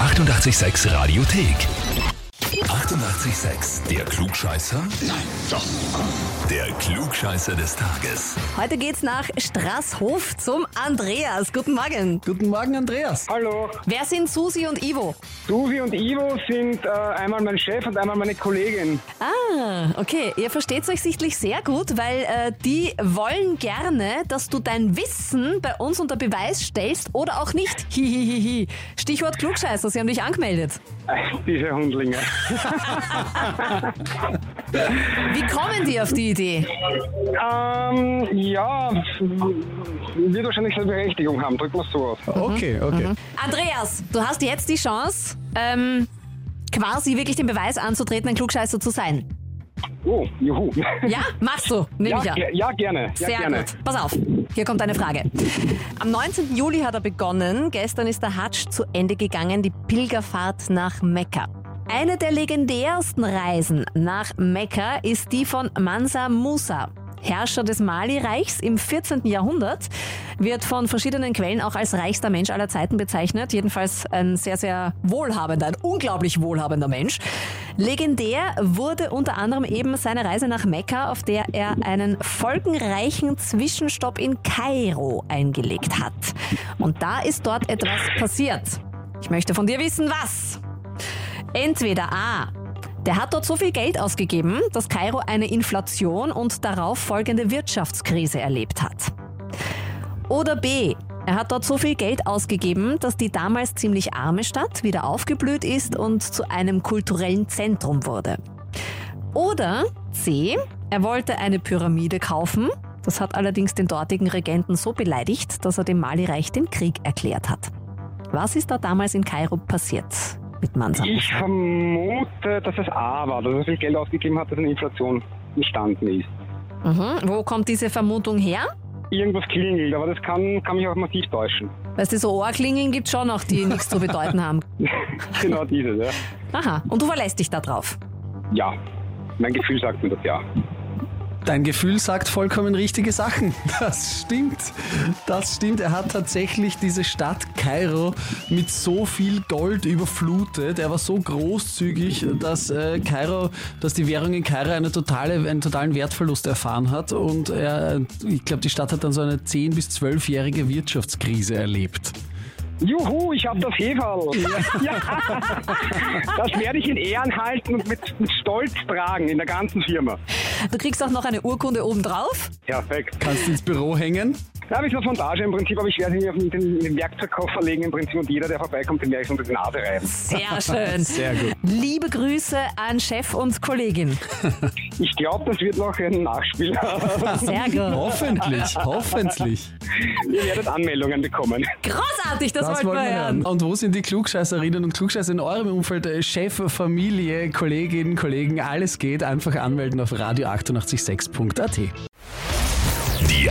886 Radiothek. 88,6. Der Klugscheißer? Nein, doch. Der Klugscheißer des Tages. Heute geht's nach Straßhof zum Andreas. Guten Morgen. Guten Morgen, Andreas. Hallo, Wer sind Susi und Ivo? Susi und Ivo sind äh, einmal mein Chef und einmal meine Kollegin. Ah, okay. Ihr versteht euch sichtlich sehr gut, weil äh, die wollen gerne, dass du dein Wissen bei uns unter Beweis stellst oder auch nicht. Hihihihi. Stichwort Klugscheißer, sie haben dich angemeldet. Äh, Diese Hundlinge. Wie kommen die auf die Idee? Ähm, ja, wird wahrscheinlich seine Berechtigung haben, drücken wir es so aus. Okay, Mhm. okay. Andreas, du hast jetzt die Chance, ähm, quasi wirklich den Beweis anzutreten, ein Klugscheißer zu sein. Oh, juhu. Ja, machst du, nehme ich ja, an. ge- ja, gerne. Ja, Sehr gerne. gut. Pass auf, hier kommt eine Frage. Am 19. Juli hat er begonnen. Gestern ist der Hatsch zu Ende gegangen, die Pilgerfahrt nach Mekka. Eine der legendärsten Reisen nach Mekka ist die von Mansa Musa. Herrscher des Mali-Reichs im 14. Jahrhundert, wird von verschiedenen Quellen auch als reichster Mensch aller Zeiten bezeichnet. Jedenfalls ein sehr, sehr wohlhabender, ein unglaublich wohlhabender Mensch. Legendär wurde unter anderem eben seine Reise nach Mekka, auf der er einen folgenreichen Zwischenstopp in Kairo eingelegt hat. Und da ist dort etwas passiert. Ich möchte von dir wissen, was? Entweder A. Der hat dort so viel Geld ausgegeben, dass Kairo eine Inflation und darauf folgende Wirtschaftskrise erlebt hat. Oder B. Er hat dort so viel Geld ausgegeben, dass die damals ziemlich arme Stadt wieder aufgeblüht ist und zu einem kulturellen Zentrum wurde. Oder C. Er wollte eine Pyramide kaufen. Das hat allerdings den dortigen Regenten so beleidigt, dass er dem Mali-Reich den Krieg erklärt hat. Was ist da damals in Kairo passiert mit Mansa? Ich vermute, dass es A war, dass er so viel Geld ausgegeben hat, dass eine Inflation entstanden ist. Mhm. Wo kommt diese Vermutung her? Irgendwas klingelt, aber das kann, kann mich auch massiv täuschen. Weißt du, so Ohrklingeln gibt schon auch, die nichts zu bedeuten haben. genau dieses, ja. Aha, und du verlässt dich da drauf. Ja, mein Gefühl sagt mir das ja. Dein Gefühl sagt vollkommen richtige Sachen. Das stimmt. Das stimmt. Er hat tatsächlich diese Stadt Kairo mit so viel Gold überflutet. Er war so großzügig, dass äh, Kairo, dass die Währung in Kairo eine totale, einen totalen Wertverlust erfahren hat. Und er, ich glaube, die Stadt hat dann so eine 10- bis 12-jährige Wirtschaftskrise erlebt. Juhu, ich hab das Heferl. Ja. Das werde ich in Ehren halten und mit, mit Stolz tragen in der ganzen Firma. Du kriegst auch noch eine Urkunde obendrauf. Perfekt. Kannst du ins Büro hängen? Da habe ich eine Montage im Prinzip, aber ich werde ihn auf den, den, den Werkzeugkoffer legen im Prinzip und jeder, der vorbeikommt, den werde ich unter die Nase reiben. Sehr schön. Sehr gut. Liebe Grüße an Chef und Kollegin. Ich glaube, das wird noch ein Nachspiel. Sehr gut. Hoffentlich, hoffentlich. Ihr werdet Anmeldungen bekommen. Großartig, das, Das wollten wir hören. Und wo sind die Klugscheißerinnen und Klugscheißer in eurem Umfeld? Äh, Chef, Familie, Kolleginnen, Kollegen, alles geht. Einfach anmelden auf radio886.at. Die